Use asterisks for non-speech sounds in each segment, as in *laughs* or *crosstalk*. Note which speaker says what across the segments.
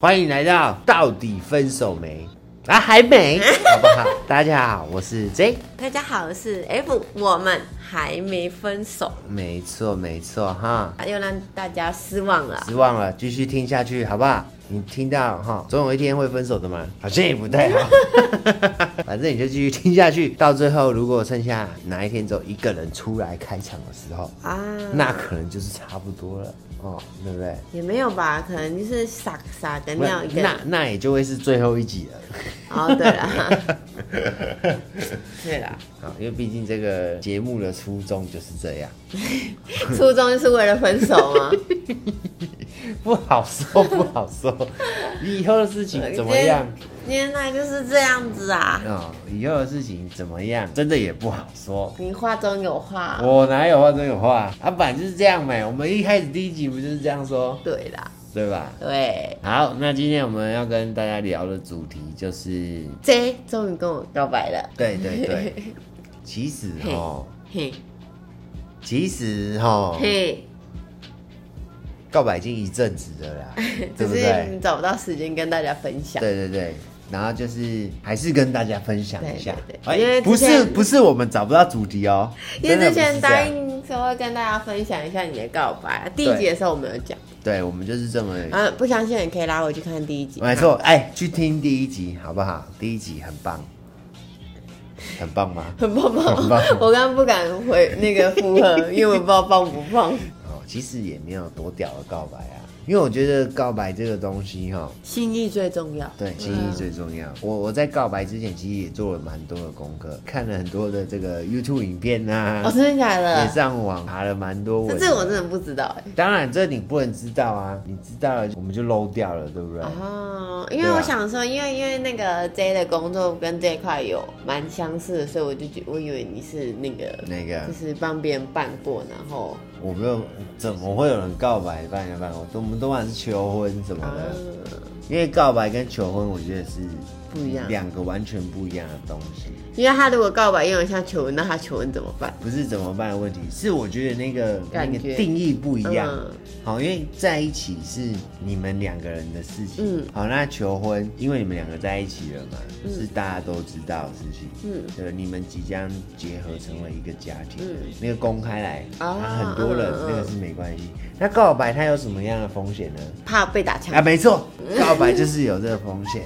Speaker 1: 欢迎来到到底分手没啊？还
Speaker 2: *laughs*
Speaker 1: 没，好不好？大家好，我是 J。
Speaker 2: 大家好，我是 F，我们还没分手，
Speaker 1: 没错，没错，哈，
Speaker 2: 啊又让大家失望了。
Speaker 1: 失望了，继续听下去，好不好？你听到哈，总有一天会分手的嘛，好像也不太
Speaker 2: *laughs*
Speaker 1: 好。反正你就继续听下去，到最后如果剩下哪一天只有一个人出来开场的时候，
Speaker 2: 啊，
Speaker 1: 那可能就是差不多了哦，对不对？
Speaker 2: 也没有吧，可能就是傻傻的尿一
Speaker 1: 那
Speaker 2: 个人。
Speaker 1: 那也就会是最后一集了。
Speaker 2: 哦，对
Speaker 1: *laughs*
Speaker 2: 了，对了，
Speaker 1: 好，啊因为毕竟这个节目的初衷就是这样。 *laughs*
Speaker 2: 初衷就是为了分手吗？ *laughs*
Speaker 1: 不好说，不好说。以后的事情怎么样
Speaker 2: 今天？原来就是这样子啊
Speaker 1: 啊、！以后的事情怎么样，真的也不好说。
Speaker 2: 你话中有话。
Speaker 1: 我哪有话真有话啊？本来就是这样呗。我们一开始第一集不就是这样说，
Speaker 2: 对啦，
Speaker 1: 对吧？
Speaker 2: 对
Speaker 1: 好，那今天我们要跟大家聊的主题就是，
Speaker 2: ，J 终于跟我告白了。
Speaker 1: 对对对， *laughs* 其实哦，
Speaker 2: 嘿
Speaker 1: 其实哦，
Speaker 2: 嘿，
Speaker 1: 告白已经一阵子了啦，对
Speaker 2: *laughs* 只
Speaker 1: 不
Speaker 2: 是
Speaker 1: 对
Speaker 2: 你？找不到时间跟大家分享。
Speaker 1: 对对对，然后就是还是跟大家分享一下
Speaker 2: 对对，对
Speaker 1: 哎
Speaker 2: 因为
Speaker 1: 不
Speaker 2: 之
Speaker 1: 是
Speaker 2: 前
Speaker 1: 不是我们找不到主题哦，
Speaker 2: *laughs* 因为
Speaker 1: 真的
Speaker 2: 之
Speaker 1: 不是这样
Speaker 2: 前答，应说会跟大家分享一下你的告白，啊第一集的时候我们有讲，
Speaker 1: 对我们就是这么。
Speaker 2: 啊，不相信的你可以拉回去看第一集。
Speaker 1: 没
Speaker 2: *laughs*
Speaker 1: 错，哎，去听第一集好不好？第一集很棒，很棒吗？
Speaker 2: 很棒棒，
Speaker 1: *laughs* 很棒
Speaker 2: 我刚刚不敢回那个附和，因为我不知道棒不棒。
Speaker 1: 哦，其实也没有多屌的告白啊，因为我觉得告白这个东西哈、哦，
Speaker 2: *laughs* 心意最重要。
Speaker 1: 对，心意最重
Speaker 2: 嗯
Speaker 1: 要。我我在告白之前，其实也做了蛮多的功课，看了很多的这个 YouTube 影片啊，
Speaker 2: 哦，真的假
Speaker 1: 也
Speaker 2: 的？
Speaker 1: 上网查了蛮多文
Speaker 2: 这
Speaker 1: 章。
Speaker 2: 这我真的不知道哎、
Speaker 1: 当然，这你不能知道啊，你知道了我们就漏掉了，对不对？
Speaker 2: 哦，因为
Speaker 1: 嗯对啊
Speaker 2: 我想说，因为因为那个 J 的工作跟这一块有蛮相似的，所以我就觉我以为你是那个
Speaker 1: 那个
Speaker 2: 就是帮别人办过，然后
Speaker 1: 我没有，怎么会有人告白办一办？我都我们都还是求婚什么
Speaker 2: 啊
Speaker 1: 的，因为告白跟求婚，我觉得是
Speaker 2: 不一样
Speaker 1: 两个完全不一样的东西。
Speaker 2: 因为他如果告白用得像求婚，那他求婚怎么办？
Speaker 1: 不是怎么办的问题，是我觉得那个那
Speaker 2: 感
Speaker 1: 个
Speaker 2: 觉
Speaker 1: 定义不一样
Speaker 2: 嗯。
Speaker 1: 好，因为在一起是你们两个人的事情。
Speaker 2: 嗯
Speaker 1: 好，那求婚，因为你们两个在一起了嘛，是大家都知道的事情。嗯
Speaker 2: 嗯，
Speaker 1: 对，你们即将结合成为一个家庭。那个公开来，
Speaker 2: 啊
Speaker 1: 啊，很多人
Speaker 2: 嗯嗯
Speaker 1: 那个是没关系。那告白它有什么样的风险呢？
Speaker 2: 怕被打枪
Speaker 1: 啊，没错，告白就是有这个风险。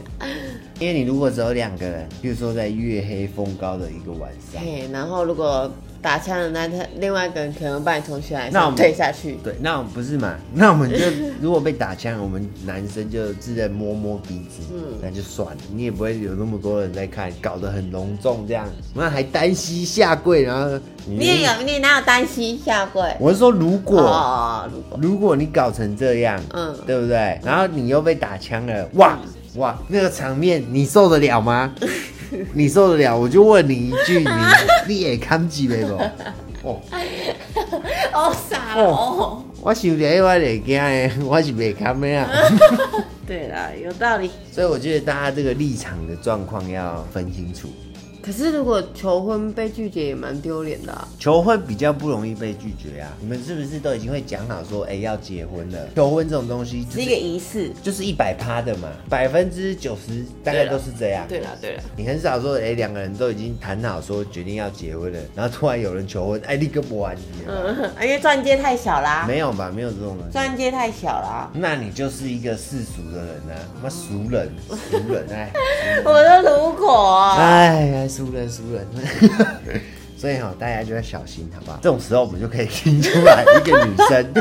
Speaker 1: 因为你如果只有两个人，比如说在月黑风高的一个晚上，
Speaker 2: 嘿，然后如果打枪的那他另外一个人可能把你从悬崖
Speaker 1: 那我
Speaker 2: 上
Speaker 1: 们
Speaker 2: 推下去，
Speaker 1: 对，那我们不是嘛？那我们
Speaker 2: *laughs*
Speaker 1: 就如果被打枪，我们男生就自认摸摸鼻子，
Speaker 2: 嗯
Speaker 1: 那就算了，你也不会有那么多人在看，搞得很隆重这样，那还单膝下跪，然后你
Speaker 2: 你也有，你哪有担心下跪？
Speaker 1: 我是说如果。
Speaker 2: 哦， *laughs* 如果
Speaker 1: 如果你搞成这样，嗯
Speaker 2: 嗯，
Speaker 1: 对不对？然后你又被打枪了，哇哇，那个场面你受得了
Speaker 2: *laughs*
Speaker 1: 吗？你受得了？我就问你一句，你你也看几杯
Speaker 2: *laughs*
Speaker 1: 不？哦，
Speaker 2: 哦傻了哦，
Speaker 1: 我想着我会惊的， *laughs* 我是袂看的啊。
Speaker 2: 对啦，有道理。
Speaker 1: 所以我觉得大家这个立场的状况要分清楚。
Speaker 2: 可是如果求婚被拒绝也蛮丢脸的啊、
Speaker 1: 求婚比较不容易被拒绝啊，你们是不是都已经会讲好说，哎、要结婚了？求婚这种东西就是
Speaker 2: 嗯是一个仪式。
Speaker 1: 就是一百趴的嘛，百分之九十大概
Speaker 2: 对
Speaker 1: 都
Speaker 2: 了
Speaker 1: 是这样。
Speaker 2: 对啦对啦，
Speaker 1: 你很少说，哎、两个人都已经谈好说决定要结婚了，然后突然有人求婚，哎、立刻不完结、
Speaker 2: 嗯，因为钻戒太小啦，
Speaker 1: 没有吧？没有这种人，
Speaker 2: 钻戒太小啦，
Speaker 1: 那你就是一个世俗的人呐、啊，妈俗
Speaker 2: *laughs*
Speaker 1: 人，俗人哎，
Speaker 2: 我的如果啊，
Speaker 1: 哎呀，俗人俗人。 *laughs* 所以哈、大家就要小心，好不好？这种时候我们就可以听出来，一个女生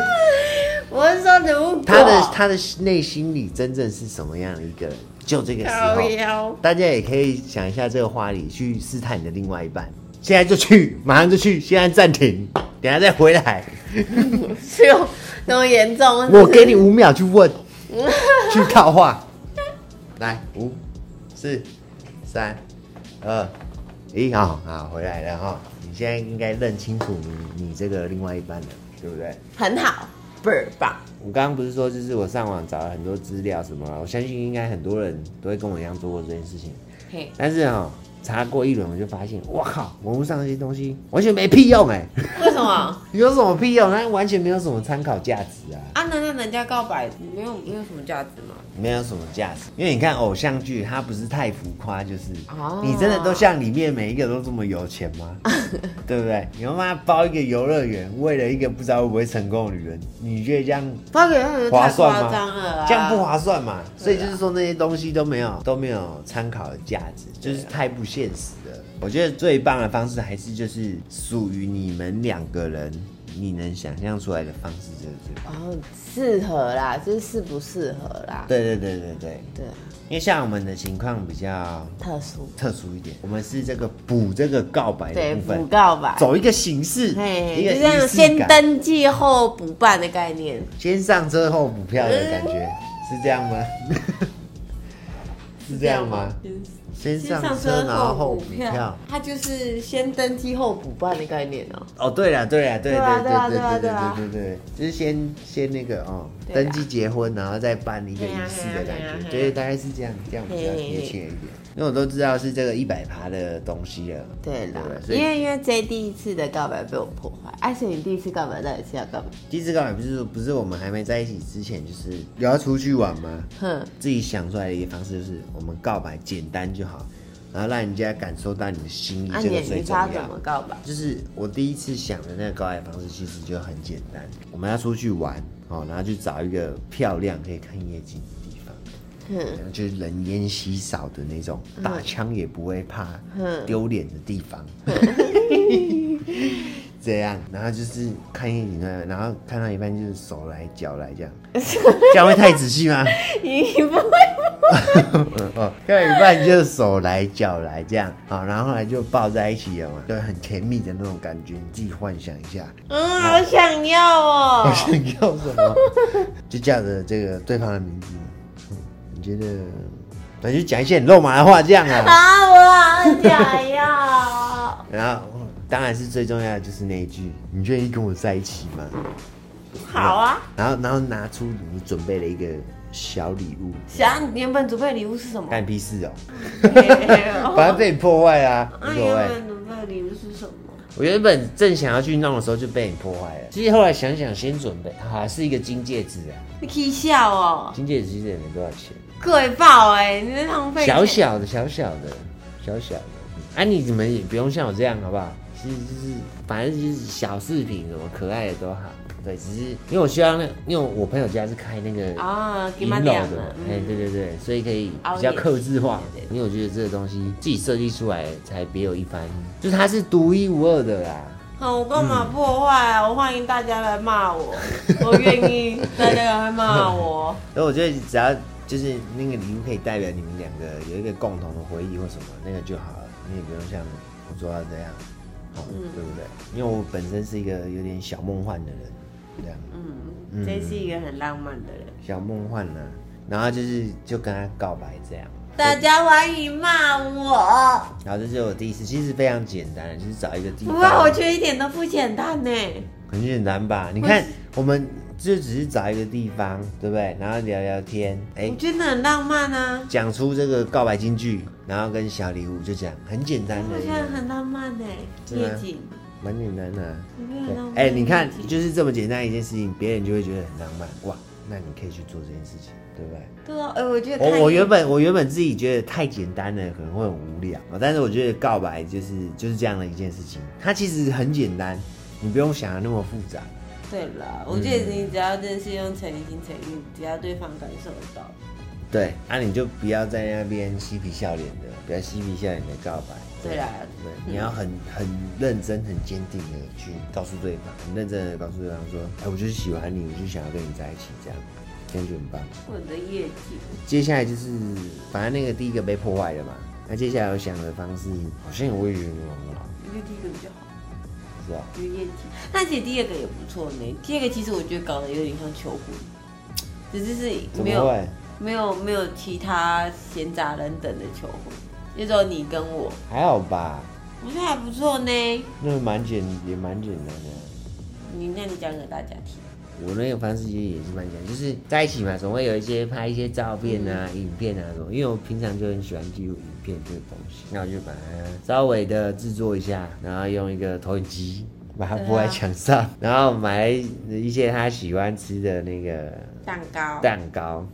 Speaker 2: 我是说如果
Speaker 1: 她的她的内心里真正是什么样的一个人，就这个时
Speaker 2: 靠
Speaker 1: 候。
Speaker 2: 腰，
Speaker 1: 大家也可以想一下这个话题，去试探你的另外一半。现在就去，马上就去，现在暂停，等下再回来。
Speaker 2: 是有那么严重？
Speaker 1: 我给你五秒去问， *laughs* 去套话。来，五、四、三、二、一，好好回来了哈。你现在应该认清楚你你这个另外一半了，对不对？
Speaker 2: 很好，倍儿棒。
Speaker 1: 我刚刚不是说，就是我上网找了很多资料什么，我相信应该很多人都会跟我一样做过这件事情。
Speaker 2: 嘿，
Speaker 1: 但是哦，查过一轮，我就发现，哇靠，网络上那些东西完全没屁用哎，
Speaker 2: 为什么？
Speaker 1: *laughs* 有什么屁用？它完全没有什么参考价值啊。
Speaker 2: 啊，能让人家告白没有没有什么价值吗？
Speaker 1: 没有什么价值。因为你看偶像剧，它不是太浮夸，就是、
Speaker 2: 哦
Speaker 1: 你真的都像里面每一个都这么有钱
Speaker 2: *laughs*
Speaker 1: 吗？对不对？你他妈包一个游乐园，为了一个不知道会不会成功的女人，你觉得这样
Speaker 2: 发给他们
Speaker 1: 划
Speaker 2: 太
Speaker 1: 算
Speaker 2: 夸
Speaker 1: 吗？
Speaker 2: 张了啊啦，
Speaker 1: 这样不划算嘛？所以
Speaker 2: 对
Speaker 1: 就
Speaker 2: 啊
Speaker 1: 是说那些东西都没有都没有参考的价值，就是太不现实了。我觉得最棒的方式还是就是属于你们两个人，你能想象出来的方式就是最棒。
Speaker 2: 哦，适合啦，就是适不适合啦，
Speaker 1: 对对对对对，
Speaker 2: 对，
Speaker 1: 因为像我们的情况比较
Speaker 2: 特殊，
Speaker 1: 特殊一点，我们是这个补这个告白的
Speaker 2: 对，
Speaker 1: 部
Speaker 2: 补
Speaker 1: 分，
Speaker 2: 告吧，
Speaker 1: 走一个形式，
Speaker 2: 嘿，
Speaker 1: 一
Speaker 2: 就
Speaker 1: 个
Speaker 2: 这样
Speaker 1: 仪式
Speaker 2: 先
Speaker 1: 感
Speaker 2: 登记后补办的概念，
Speaker 1: 先上车后补票的感觉，是这样吗？是这样吗？？先上车然后补票。，
Speaker 2: 它就是先登记后补办的概念哦。
Speaker 1: 哦，对了，对了，对
Speaker 2: 对啊
Speaker 1: 对
Speaker 2: 对啊
Speaker 1: 对对
Speaker 2: 对
Speaker 1: 对
Speaker 2: 啊
Speaker 1: 对对对，就是先先那个哦，
Speaker 2: 对啊
Speaker 1: 登记结婚，然后再办一个仪式的感
Speaker 2: 对啊对啊对
Speaker 1: 觉，
Speaker 2: 啊
Speaker 1: 对，大概是这样，这样比较贴切一点。因为我都知道是这个一百趴的东西了，
Speaker 2: 对啦
Speaker 1: 不，所
Speaker 2: 因
Speaker 1: 以
Speaker 2: 为因为 J 第一次的告白被我破坏，而且你第一次告白到底是要干嘛？
Speaker 1: 第一次告白不是不是我们还没在一起之前，就是有要出去玩吗？
Speaker 2: 哼，
Speaker 1: 自己想出来的一个方式就是，我们告白简单就好，然后让人家感受到你的心意，
Speaker 2: 那
Speaker 1: 这
Speaker 2: 啊你
Speaker 1: 个
Speaker 2: 你
Speaker 1: 最
Speaker 2: 知
Speaker 1: 重
Speaker 2: 道怎么
Speaker 1: 要。
Speaker 2: 告白？
Speaker 1: 就是我第一次想的那个告白方式，其实就很简单，我们要出去玩，哦，然后去找一个漂亮可以看夜景的地方，
Speaker 2: 哼
Speaker 1: 然后就是人烟稀少的那种，打枪也不会怕
Speaker 2: 嗯
Speaker 1: 丢脸的地
Speaker 2: *laughs*
Speaker 1: 方。这样，然后就是看夜景，然后看到一半就是手来脚来
Speaker 2: *laughs*
Speaker 1: 这样，这样会太仔细吗？
Speaker 2: 你不会
Speaker 1: 哦，看一半就手来脚来这样，好，然后后来就抱在一起了嘛，就很甜蜜的那种感觉，你自己幻想一下，
Speaker 2: 嗯，好想要
Speaker 1: 好 *laughs*
Speaker 2: 哦。
Speaker 1: 想要什么，就叫着这个对方的名字，嗯你觉得，那就讲一些很肉麻的话这样
Speaker 2: *laughs*
Speaker 1: 啊，
Speaker 2: 啊，我好想要。
Speaker 1: 然后当然是最重要的就是那一句，你愿意跟我在一起吗？
Speaker 2: 好啊，
Speaker 1: 然后然后拿出你准备了一个小礼物，
Speaker 2: 想你原本准备的礼物是什么？
Speaker 1: 干屁事哦，*laughs*
Speaker 2: 没有
Speaker 1: 反正被你破坏啊，无
Speaker 2: 那
Speaker 1: 所
Speaker 2: 原
Speaker 1: 谓。
Speaker 2: 本准备的礼物是什么？
Speaker 1: 我原本正想要去弄的时候就被你破坏了。其实后来想想，先准备，好、啊、是一个金戒指啊，
Speaker 2: 你可以笑哦，
Speaker 1: 金戒指其实也没多少钱，
Speaker 2: 贵爆哎、你在浪费钱
Speaker 1: 小小的小小的小小的。嗯啊，你怎么也不用像我这样，好不好？其实就是反正就是小饰品，什么可爱的都好。对，只是因为我希望那，因为我朋友家是开那个
Speaker 2: 啊，给
Speaker 1: 银
Speaker 2: 妈
Speaker 1: 楼
Speaker 2: 亮
Speaker 1: 的
Speaker 2: 了，，
Speaker 1: 哎、
Speaker 2: 嗯，
Speaker 1: 对对对，所以可以
Speaker 2: 凹
Speaker 1: 比较
Speaker 2: 一点
Speaker 1: 克制化
Speaker 2: 对对，
Speaker 1: 因为我觉得这个东西自己设计出来才别有一番，就是它是独一无二的啦。
Speaker 2: 好，我干嘛破坏啊？我欢迎大家来骂我，
Speaker 1: 嗯
Speaker 2: 我愿意，大家来
Speaker 1: *laughs*
Speaker 2: 骂我。
Speaker 1: 所以我觉得只要就是那个礼物可以代表你们两个有一个共同的回忆或什么，那个就好了，你也不用像我做到这样，好，
Speaker 2: 嗯
Speaker 1: 对不对？因为我本身是一个有点小梦幻的人，这样
Speaker 2: 嗯，这是一个很浪漫的人，
Speaker 1: 小梦幻呢、然后就是就跟他告白这样，
Speaker 2: 大家欢迎骂我。
Speaker 1: 然后这是我第一次，其实非常简单，就是找一个地
Speaker 2: 不
Speaker 1: 方，
Speaker 2: 会，我觉得一点都不简单呢。
Speaker 1: 很简单吧？你看我们就只是找一个地方，对不对？然后聊聊天，哎、
Speaker 2: 我觉得很浪漫啊，
Speaker 1: 讲出这个告白金句，然后跟小礼物就这样，很简单的
Speaker 2: 我
Speaker 1: 一
Speaker 2: 觉
Speaker 1: 个，
Speaker 2: 得很浪漫呢。
Speaker 1: 真的
Speaker 2: 夜
Speaker 1: 吗
Speaker 2: 景，
Speaker 1: 蛮简单的啊、
Speaker 2: 我觉得很
Speaker 1: 对
Speaker 2: 浪漫
Speaker 1: 啊哎、你看
Speaker 2: 夜，景
Speaker 1: 就是这么简单一件事情，别人就会觉得很浪漫哇。那你可以去做这件事情，对不对？
Speaker 2: 对啊，哎，我觉得
Speaker 1: 我我原
Speaker 2: 本
Speaker 1: 本我原本自己觉得太简单了，可能会很无聊啊。但是我觉得告白就是就是这样的一件事情，它其实很简单，你不用想的那么复杂。
Speaker 2: 对了，我觉得你只要真的是用诚心诚意，只要对方感受得到，
Speaker 1: 对，啊，你就不要在那边嬉皮笑脸的，不要嬉皮笑脸的告白。
Speaker 2: 对啊嗯啦
Speaker 1: 对，你要很很认真、很坚定的去告诉对方，很认真的告诉对方说，哎、我就是喜欢你，我就想要跟你在一起，这样，这样就很棒。
Speaker 2: 我的夜景。
Speaker 1: 接下来就是，反正那个第一个被破坏了嘛，那接下来我想的方式，好像我也觉得很好，
Speaker 2: 因为第一个比较好，
Speaker 1: 是吧？
Speaker 2: 因为业绩。但其实第二个也不错呢，第二个其实我觉得搞得有点像求婚，只是是
Speaker 1: 怎么
Speaker 2: 没有
Speaker 1: 会？
Speaker 2: 没有没有其他闲杂人等的求婚，就只有你跟我，
Speaker 1: 还好吧，
Speaker 2: 我觉得还不错呢。
Speaker 1: 那个蛮简，也蛮简单的啊、
Speaker 2: 你那你讲给大家听，
Speaker 1: 我那个方式其实也是蛮简单，就是在一起嘛，总会有一些拍一些照片啊、影片啊什么。因为我平常就很喜欢记录影片这个东西，那我就把它稍微的制作一下，然后用一个投影 *laughs* 机把它铺在墙上，然后买一些他喜欢吃的那个
Speaker 2: 蛋糕，
Speaker 1: *laughs* 蛋糕，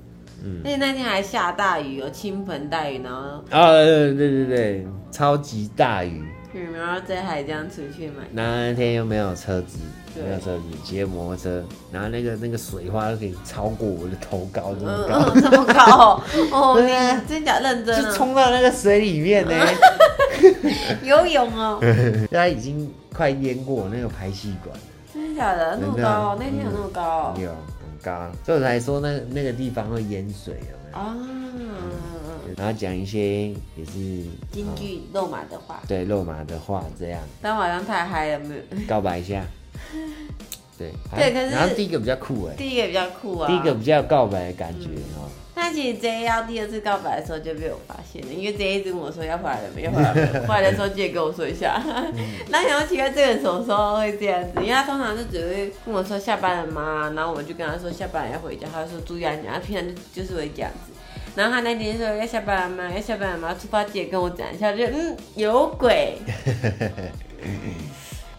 Speaker 1: 嗯，
Speaker 2: 而且那天还下大雨，有倾盆大雨，然后
Speaker 1: 啊，对对对对，超级大雨，
Speaker 2: 羽毛嗯在还这样出去买，
Speaker 1: 那天又没有车子，
Speaker 2: 对
Speaker 1: 没有车子，骑摩托车，然后那个那个水花都可以超过我的头高这么
Speaker 2: 嗯，
Speaker 1: 高，
Speaker 2: *laughs* 嗯这
Speaker 1: *laughs*
Speaker 2: 么高哦，哦
Speaker 1: 对啊
Speaker 2: 你真假认真
Speaker 1: 就
Speaker 2: *laughs* 啊，
Speaker 1: 冲到那个水里面 *laughs* 呢，
Speaker 2: 游泳
Speaker 1: 啊
Speaker 2: 哦，
Speaker 1: 它已经快淹过我那个排气管了。
Speaker 2: 真的假的？那么
Speaker 1: 真的啊
Speaker 2: 高，那天有那么高哦
Speaker 1: 有很高，所以我才说那那个地方会淹水有没有
Speaker 2: 啊？
Speaker 1: 嗯然后讲一些也是
Speaker 2: 京
Speaker 1: 哦
Speaker 2: 剧啊肉麻的话，
Speaker 1: 对肉麻的话，这
Speaker 2: *laughs*
Speaker 1: 样
Speaker 2: 但我好像太嗨了，没有。
Speaker 1: 告白一下。对
Speaker 2: 对可是
Speaker 1: 然后第一个比较酷哎，
Speaker 2: 第一个比较酷啊，
Speaker 1: 第一个比较有告白的感觉哦。
Speaker 2: 但其实 J 要第二次告白的时候就被我发现了，因为 J 一直跟我说要回来了没，要回来了没，回来的时候记得跟我说一下。
Speaker 1: 嗯
Speaker 2: *laughs* 然后想要奇怪这个人什么时候会这样子，因为他通常就只会跟我说下班了吗？然后我就跟他说下班了要回家，他就说注意安全，他平常就就是会这样子。然后他那天说要下班了吗？要下班了吗？出发记得跟我讲一下，就嗯有鬼，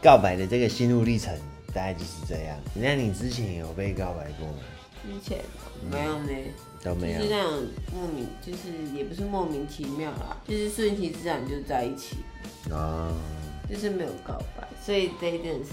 Speaker 1: 告白的这个心路历程大概就是这样。那你之前有被告白过吗？
Speaker 2: 之前没有呢。
Speaker 1: 都没有
Speaker 2: 就是。那种莫名，就是也不是莫名其妙啦，就是顺其自然就在一起。
Speaker 1: 哦，
Speaker 2: 就是没有告白，所以这一点是，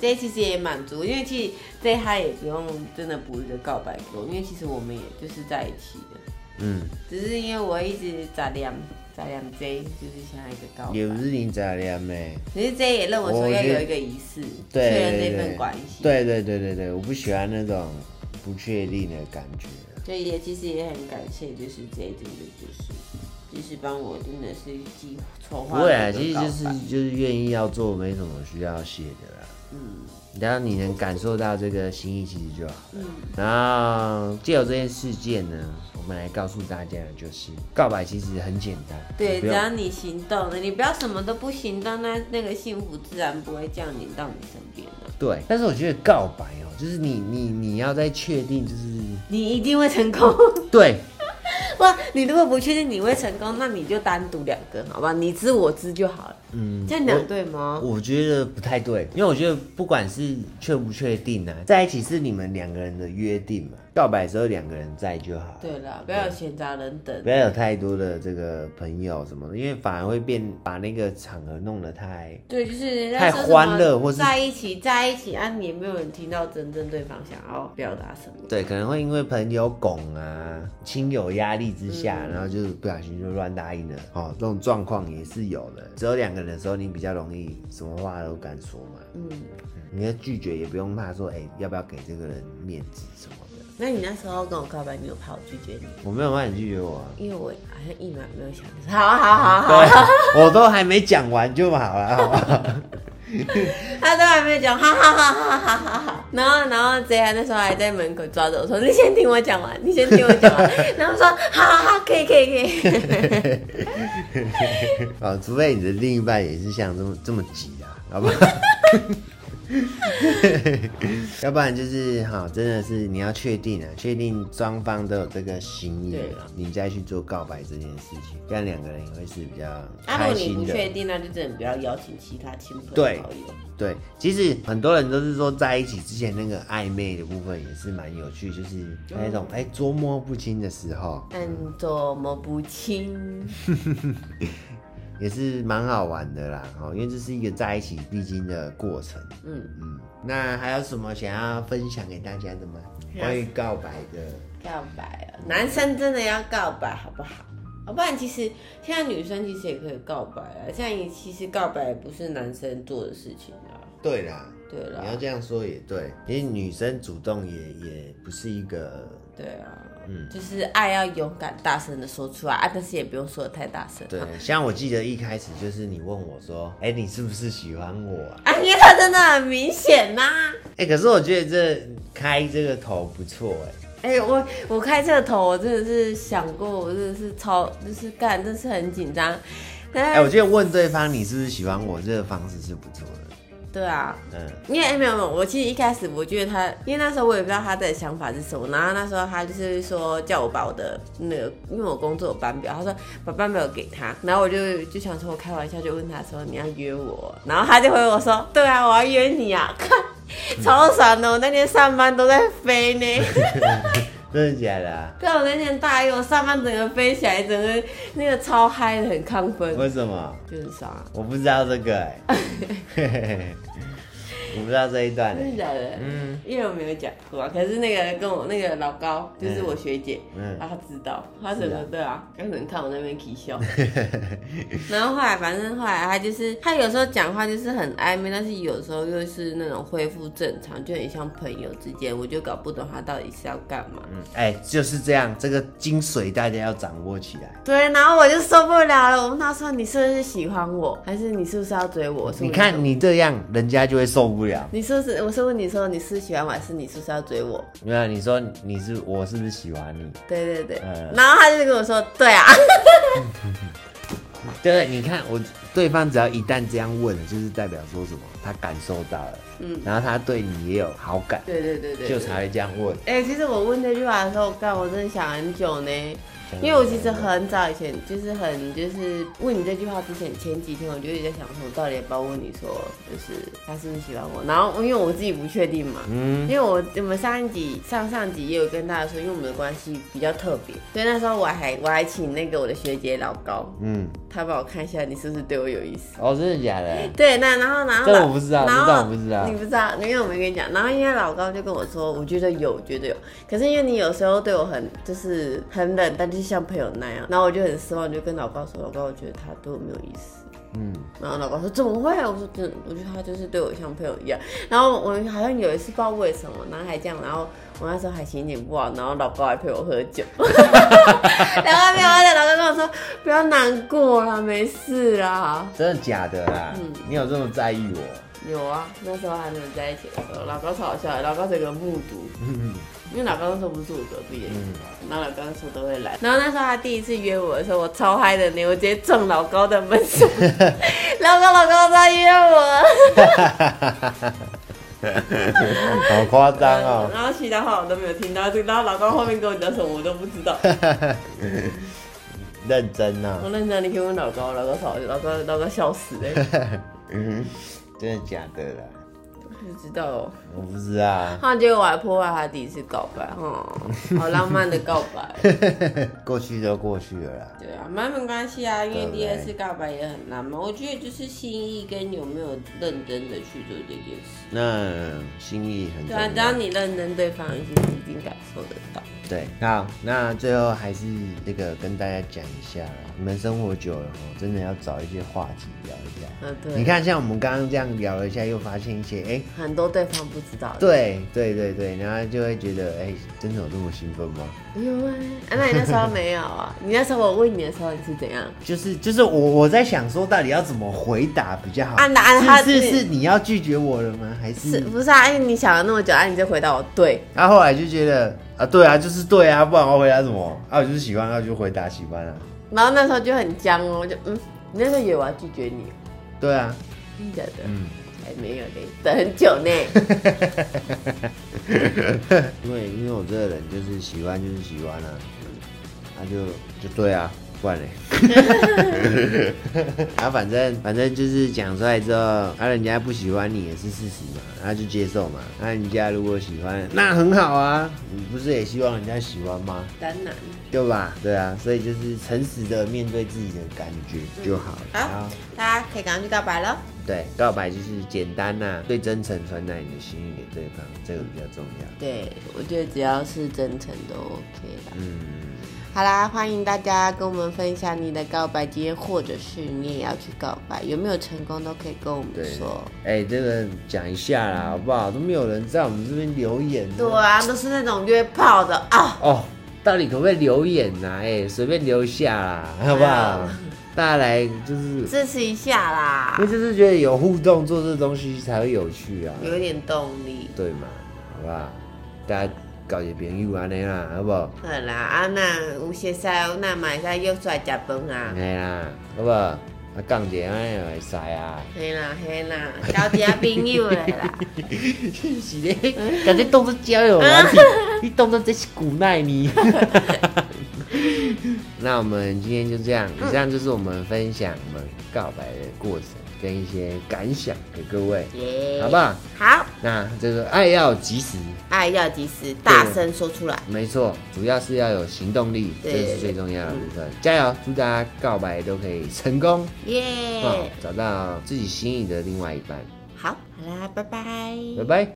Speaker 2: 这其实也满足，因为其实这他也不用真的补一个告白给我，因为其实我们也就是在一起的，
Speaker 1: 嗯，
Speaker 2: 只是因为我一直咋两咋两 J，就是想要一个告
Speaker 1: 也不
Speaker 2: 白。
Speaker 1: 是你咋样妹。
Speaker 2: 可是 J 也认为说要有一个仪式确
Speaker 1: 对
Speaker 2: 认
Speaker 1: 对
Speaker 2: 这
Speaker 1: 对
Speaker 2: 份关系，，
Speaker 1: 对对对对对，我不喜欢那种不确定的感觉。
Speaker 2: 所以也其实也很感谢，就是 J 真的就是就是帮我真的是计筹
Speaker 1: 不
Speaker 2: 划
Speaker 1: 会啊，
Speaker 2: 这个
Speaker 1: 其实
Speaker 2: 告
Speaker 1: 就
Speaker 2: 白
Speaker 1: 是就是愿意要做，没什么需要谢的啦。嗯，然后你能感受到这个心意，其实就好了。然后借由这件事件呢，我们来告诉大家，的就是告白其实很简单，
Speaker 2: 对，
Speaker 1: 不
Speaker 2: 只
Speaker 1: 用
Speaker 2: 要你行动了，你不要什么都不行动，那那个幸福自然不会降临到你身边的。
Speaker 1: 对。但是我觉得告白哦、就是你你你要在确定，就是
Speaker 2: 你一定会成功。 *laughs*
Speaker 1: 对
Speaker 2: 哇，你如果不确定你会成功，那你就单独两个，好吧？你知我知就好了。嗯，这样两对吗？
Speaker 1: 我觉得不太对，因为我觉得不管是确不确定啊，在一起是你们两个人的约定嘛，告白的时候两个人在就好。
Speaker 2: 对了，不要有闲杂人等
Speaker 1: 不。要有太多的这个朋友什么的，因为反而会变把那个场合弄得太
Speaker 2: 对，就是人家
Speaker 1: 太
Speaker 2: 说什
Speaker 1: 欢
Speaker 2: 么
Speaker 1: 乐或是
Speaker 2: 在一起，在一起啊，你也没有人听到真正对方想要表达什么。
Speaker 1: 对，可能会因为朋友拱啊、亲友压力之下，
Speaker 2: 嗯
Speaker 1: 然后就是不小心就乱答应了。哦，这种状况也是有的。只有两个人的时候，你比较容易什么话都敢说嘛。嗯，你要拒绝也不用怕说，哎、要不要给这个人面子什么的。
Speaker 2: 那你那时候跟我告白，你有怕我拒绝你？
Speaker 1: 我没有怕你拒绝我、啊。 *laughs*
Speaker 2: 因为我好像一秒没有想到。好好好好，
Speaker 1: 对，我都还没讲完就好了，好吧？
Speaker 2: 他都还没有讲，哈哈哈哈哈哈哈。然后，然后 J 那时候还在门口抓着我说：“你先听我讲完，你先听我讲完。” *laughs* 然后说：“好好好，可以可以可
Speaker 1: *laughs*
Speaker 2: 以。
Speaker 1: 啊，除非你的另一半也是像这么这么急啊，好 *laughs* 吧？要不然就是哈，真的是你要确定啊，确定双方都有这个心意
Speaker 2: 对
Speaker 1: 了
Speaker 2: 啊，
Speaker 1: 你再去做告白这件事情，这样两个人也会是比较”
Speaker 2: 啊，
Speaker 1: 开
Speaker 2: 如果你
Speaker 1: 心
Speaker 2: 不
Speaker 1: 的。
Speaker 2: 确定，那就真的不要邀请其他亲朋
Speaker 1: 对
Speaker 2: 好友。
Speaker 1: 对，其实很多人都是说在一起之前那个暧昧的部分也是蛮有趣，就是那
Speaker 2: 哦
Speaker 1: 种哎、捉摸不清的时候，
Speaker 2: 嗯，怎么不亲？
Speaker 1: 也是蛮好玩的啦，哦，因为这是一个在一起必经的过程。
Speaker 2: 嗯，
Speaker 1: 嗯，那还有什么想要分享给大家的吗？
Speaker 2: 没有
Speaker 1: 关于告白的，
Speaker 2: 告白了，男生真的要告白好不好？要不然其实现在女生其实也可以告白啊，现在也其实告白也不是男生做的事情啊。
Speaker 1: 对啦，
Speaker 2: 对啦
Speaker 1: 你要这样说也对，因为女生主动也也不是一个，
Speaker 2: 对啊，嗯，就是爱要勇敢大声的说出来啊，但是也不用说的太大声。 *laughs*
Speaker 1: 对，像我记得一开始就是你问我说，哎、你是不是喜欢我啊？
Speaker 2: 啊，因为他真的很明显呐、
Speaker 1: 哎、可是我觉得这开这个头不错哎、
Speaker 2: 哎、我我开这个头，我真的是想过，我真的是超，就是干，真是很紧张。
Speaker 1: 哎、
Speaker 2: 但
Speaker 1: 我
Speaker 2: 是，
Speaker 1: 觉得问对方你是不是喜欢我这个方式是不错的，
Speaker 2: 对啊，
Speaker 1: 嗯，
Speaker 2: 因为、哎没有没有，我其实一开始我觉得他，因为那时候我也不知道他的想法是什么，然后那时候他就是说叫我把我的那个，因为我工作有班表，他说把班表给他，然后我就就想说我开玩笑就问他说你要约我，然后他就回我说对啊， *laughs* 我要约你啊，看超爽的，我那天上班都在飞呢。
Speaker 1: 真的假的、啊？
Speaker 2: 对，我那天大一，我上班整个飞起来，整个那个超嗨的，很亢奋，
Speaker 1: 为什么？
Speaker 2: 就很爽啊！
Speaker 1: 我不知道这个哎、嘿嘿
Speaker 2: *laughs*
Speaker 1: 嘿我不知道这一段哎、
Speaker 2: 真的假的？
Speaker 1: 嗯
Speaker 2: 因为我没有讲过啊，可是那个跟我那个老高，就是我学姐，
Speaker 1: 嗯
Speaker 2: 啊，她知道，她整
Speaker 1: 是啊
Speaker 2: 个对啊，她可能看我那边
Speaker 1: *laughs*
Speaker 2: 起笑，然后后来反正后来她就是，她有时候讲话就是很暧昧，但是有时候又是那种恢复正常，就很像朋友之间，我就搞不懂她到底是要干嘛。
Speaker 1: 嗯，哎、就是这样，这个精髓大家要掌握起来。
Speaker 2: 对，然后我就受不了了。我问他说：“你是不是喜欢我？还是你是不是要追我？”我说
Speaker 1: 你，看你这样，人家就会受不了。
Speaker 2: 你是不是？我是问你说你是喜欢我，还是你是不是要追我？
Speaker 1: 没有，啊你说你是我是不是喜欢你？
Speaker 2: 对对对。
Speaker 1: 嗯
Speaker 2: 然后他就跟我说：“对啊，
Speaker 1: 对，你看我对方只要一旦这样问了，就是代表说什么，他感受到了，嗯，然后他对你也有好感，
Speaker 2: 对对对对。”
Speaker 1: 就才。会这样问。
Speaker 2: *laughs* 哎、其实我问这句话的时候，干，我真的想很久呢，因为我其实很早以前就是很就是问你这句话之前，前几天我就一直在想说，我到底要不要问你说，就是他是不是喜欢我？然后因为我自己不确定嘛，
Speaker 1: 嗯，
Speaker 2: 因为我我们上一集、上上集也有跟大家说，因为我们的关系比较特别，所以那时候我还我还请那个我的学姐老高，
Speaker 1: 嗯，
Speaker 2: 她帮我看一下你是不是对我有意思。
Speaker 1: 哦，真的假的？
Speaker 2: 对，那然后然后
Speaker 1: 这
Speaker 2: 老
Speaker 1: 我不知道
Speaker 2: 然
Speaker 1: 这
Speaker 2: 后
Speaker 1: 我不知道
Speaker 2: 你不知道，因为我没跟你讲。然后因为老高就跟我说，我觉得有，我觉得有。可是因为你有时候对我很就是很冷淡，就像朋友那样，然后我就很失望，就跟老高说，老高，我觉得他对我没有意思。
Speaker 1: 嗯，
Speaker 2: 然后老高说怎么会？啊我说真的，我觉得他就是对我像朋友一样。然后我好像有一次不知道为什么，然后还这样，然后我那时候还心情不好，然后老高还陪我喝酒。
Speaker 1: *laughs*
Speaker 2: 然后没有喝酒，老高跟我说不要难过啦，没事啦。
Speaker 1: 真的假的啦？
Speaker 2: 嗯
Speaker 1: 你有这么在意我？ *laughs*
Speaker 2: 有啊，那时候还没有在一起的时候，老高超好笑的，老高整个目睹，因为老高那时候不是我隔壁的，然后老高那时候都会来，然后那时候他第一次约我的时候，我超嗨的呢，我直接撞老高的门上，老高老高他约我，
Speaker 1: 好夸张哦！
Speaker 2: 然后其他话我都没有听到，然后老高后面跟我讲什么我都不知道，
Speaker 1: 认真哦，
Speaker 2: 我认真，你可以问老高，老高超好笑老高老高笑死哎、欸，
Speaker 1: 嗯，真的假的啦？
Speaker 2: 不知道哦，
Speaker 1: 我不知道
Speaker 2: *laughs*
Speaker 1: 啊，
Speaker 2: 然后结果我还破坏他第一次告白，哦，好浪漫的告白。
Speaker 1: 过去就过去了啦。
Speaker 2: 对啊，蛮没关系啊，因为
Speaker 1: 对
Speaker 2: 第二次告白也很难嘛。我觉得就是心意跟有没有认真的去做这件事。
Speaker 1: 那心意很
Speaker 2: 对啊，
Speaker 1: 重
Speaker 2: 只要
Speaker 1: 要。
Speaker 2: 你认真，对方其实一定感受得到。
Speaker 1: 对，好，那最后还是这个跟大家讲一下啦，你们生活久了哦，真的要找一些话题聊一下。
Speaker 2: 嗯，对。
Speaker 1: 你，看，像我们刚刚这样聊了一下，又发现一些，哎、
Speaker 2: 很多对方不知道。。
Speaker 1: 对对对对，然后就会觉得，哎、真的有这么兴奋吗？
Speaker 2: 有啊，啊那你那时候没有 *laughs* 啊？你那时候我问你的时候，你是怎样？
Speaker 1: 就是就是我我在想说，到底要怎么回答比较好？
Speaker 2: 按答按他
Speaker 1: 是是
Speaker 2: 自己
Speaker 1: 是你要拒绝我了吗？还
Speaker 2: 是
Speaker 1: 是？
Speaker 2: 不是啊？哎，你想了那么久，啊，你就回答我对。
Speaker 1: 然后后来就觉得啊，对啊，就是对啊，不然我要回答什么？啊，我就是喜欢，啊，我就回答喜欢啊。
Speaker 2: 然后那时候就很僵哦，就嗯，你那时候以为我要拒绝你，
Speaker 1: 对啊，
Speaker 2: 真的假的？
Speaker 1: 嗯，
Speaker 2: 还没有嘞，等很久 *laughs* 呢。
Speaker 1: *laughs* 因为因为我这个人就是喜欢就是喜欢啊，啊就就对啊，不然嘞， *laughs* 啊反正反正就是讲出来之后，啊人家不喜欢你也是事实嘛，啊就接受嘛，啊人家如果喜欢，那很好啊，你不是也希望人家喜欢吗？
Speaker 2: 当然。
Speaker 1: 对吧？对啊，所以就是诚实的面对自己的感觉就好了。然
Speaker 2: 好
Speaker 1: 后，
Speaker 2: 大家可以赶快去告白喽。
Speaker 1: 对，告白就是简单呐、最真诚传达你的心意给对方，这个比较重要。
Speaker 2: 对，我觉得只要是真诚都 OK 啦。
Speaker 1: 嗯，
Speaker 2: 好啦，欢迎大家跟我们分享你的告白经验，或者是你也要去告白，有没有成功都可以跟我们
Speaker 1: 对
Speaker 2: 说。。
Speaker 1: 哎、这个讲一下啦，好不好？都没有人在我们这边留言呢。
Speaker 2: 对啊，都是那种约炮的啊，
Speaker 1: 哦，到底可不可以留言呐、哎、随便留一下啦，
Speaker 2: 啊
Speaker 1: 好不好？大家来就是，
Speaker 2: 支持一下啦
Speaker 1: 因为，就是觉得有互动，做这东西才会有趣啊。
Speaker 2: 有一点动力。
Speaker 1: 对嘛，好不好？大家搞些朋友安尼啦，好不好？
Speaker 2: 好啦，啊那有些时候那买下约出来食饭啊，
Speaker 1: 嘿啦，好不好？啊，讲者安尼就会使啊。
Speaker 2: 嘿啦嘿啦，交一下朋友的 *laughs* 啦。
Speaker 1: 是咧，感觉当作交友软体，你当作这是古奈你。 *laughs* 那我们今天就这样，以上就是我们分享我们告白的过程。跟一些感想给各位，
Speaker 2: 耶
Speaker 1: 好不好？
Speaker 2: 好，
Speaker 1: 那这个爱要及时，
Speaker 2: 爱要及时，大声说出来。
Speaker 1: 没错，主要是要有行动力，这
Speaker 2: 对
Speaker 1: 是最重要的部分。加油，祝大家告白都可以成功，
Speaker 2: 耶、
Speaker 1: 哦，找到自己心仪的另外一半。
Speaker 2: 好，好啦，拜拜。
Speaker 1: 拜拜。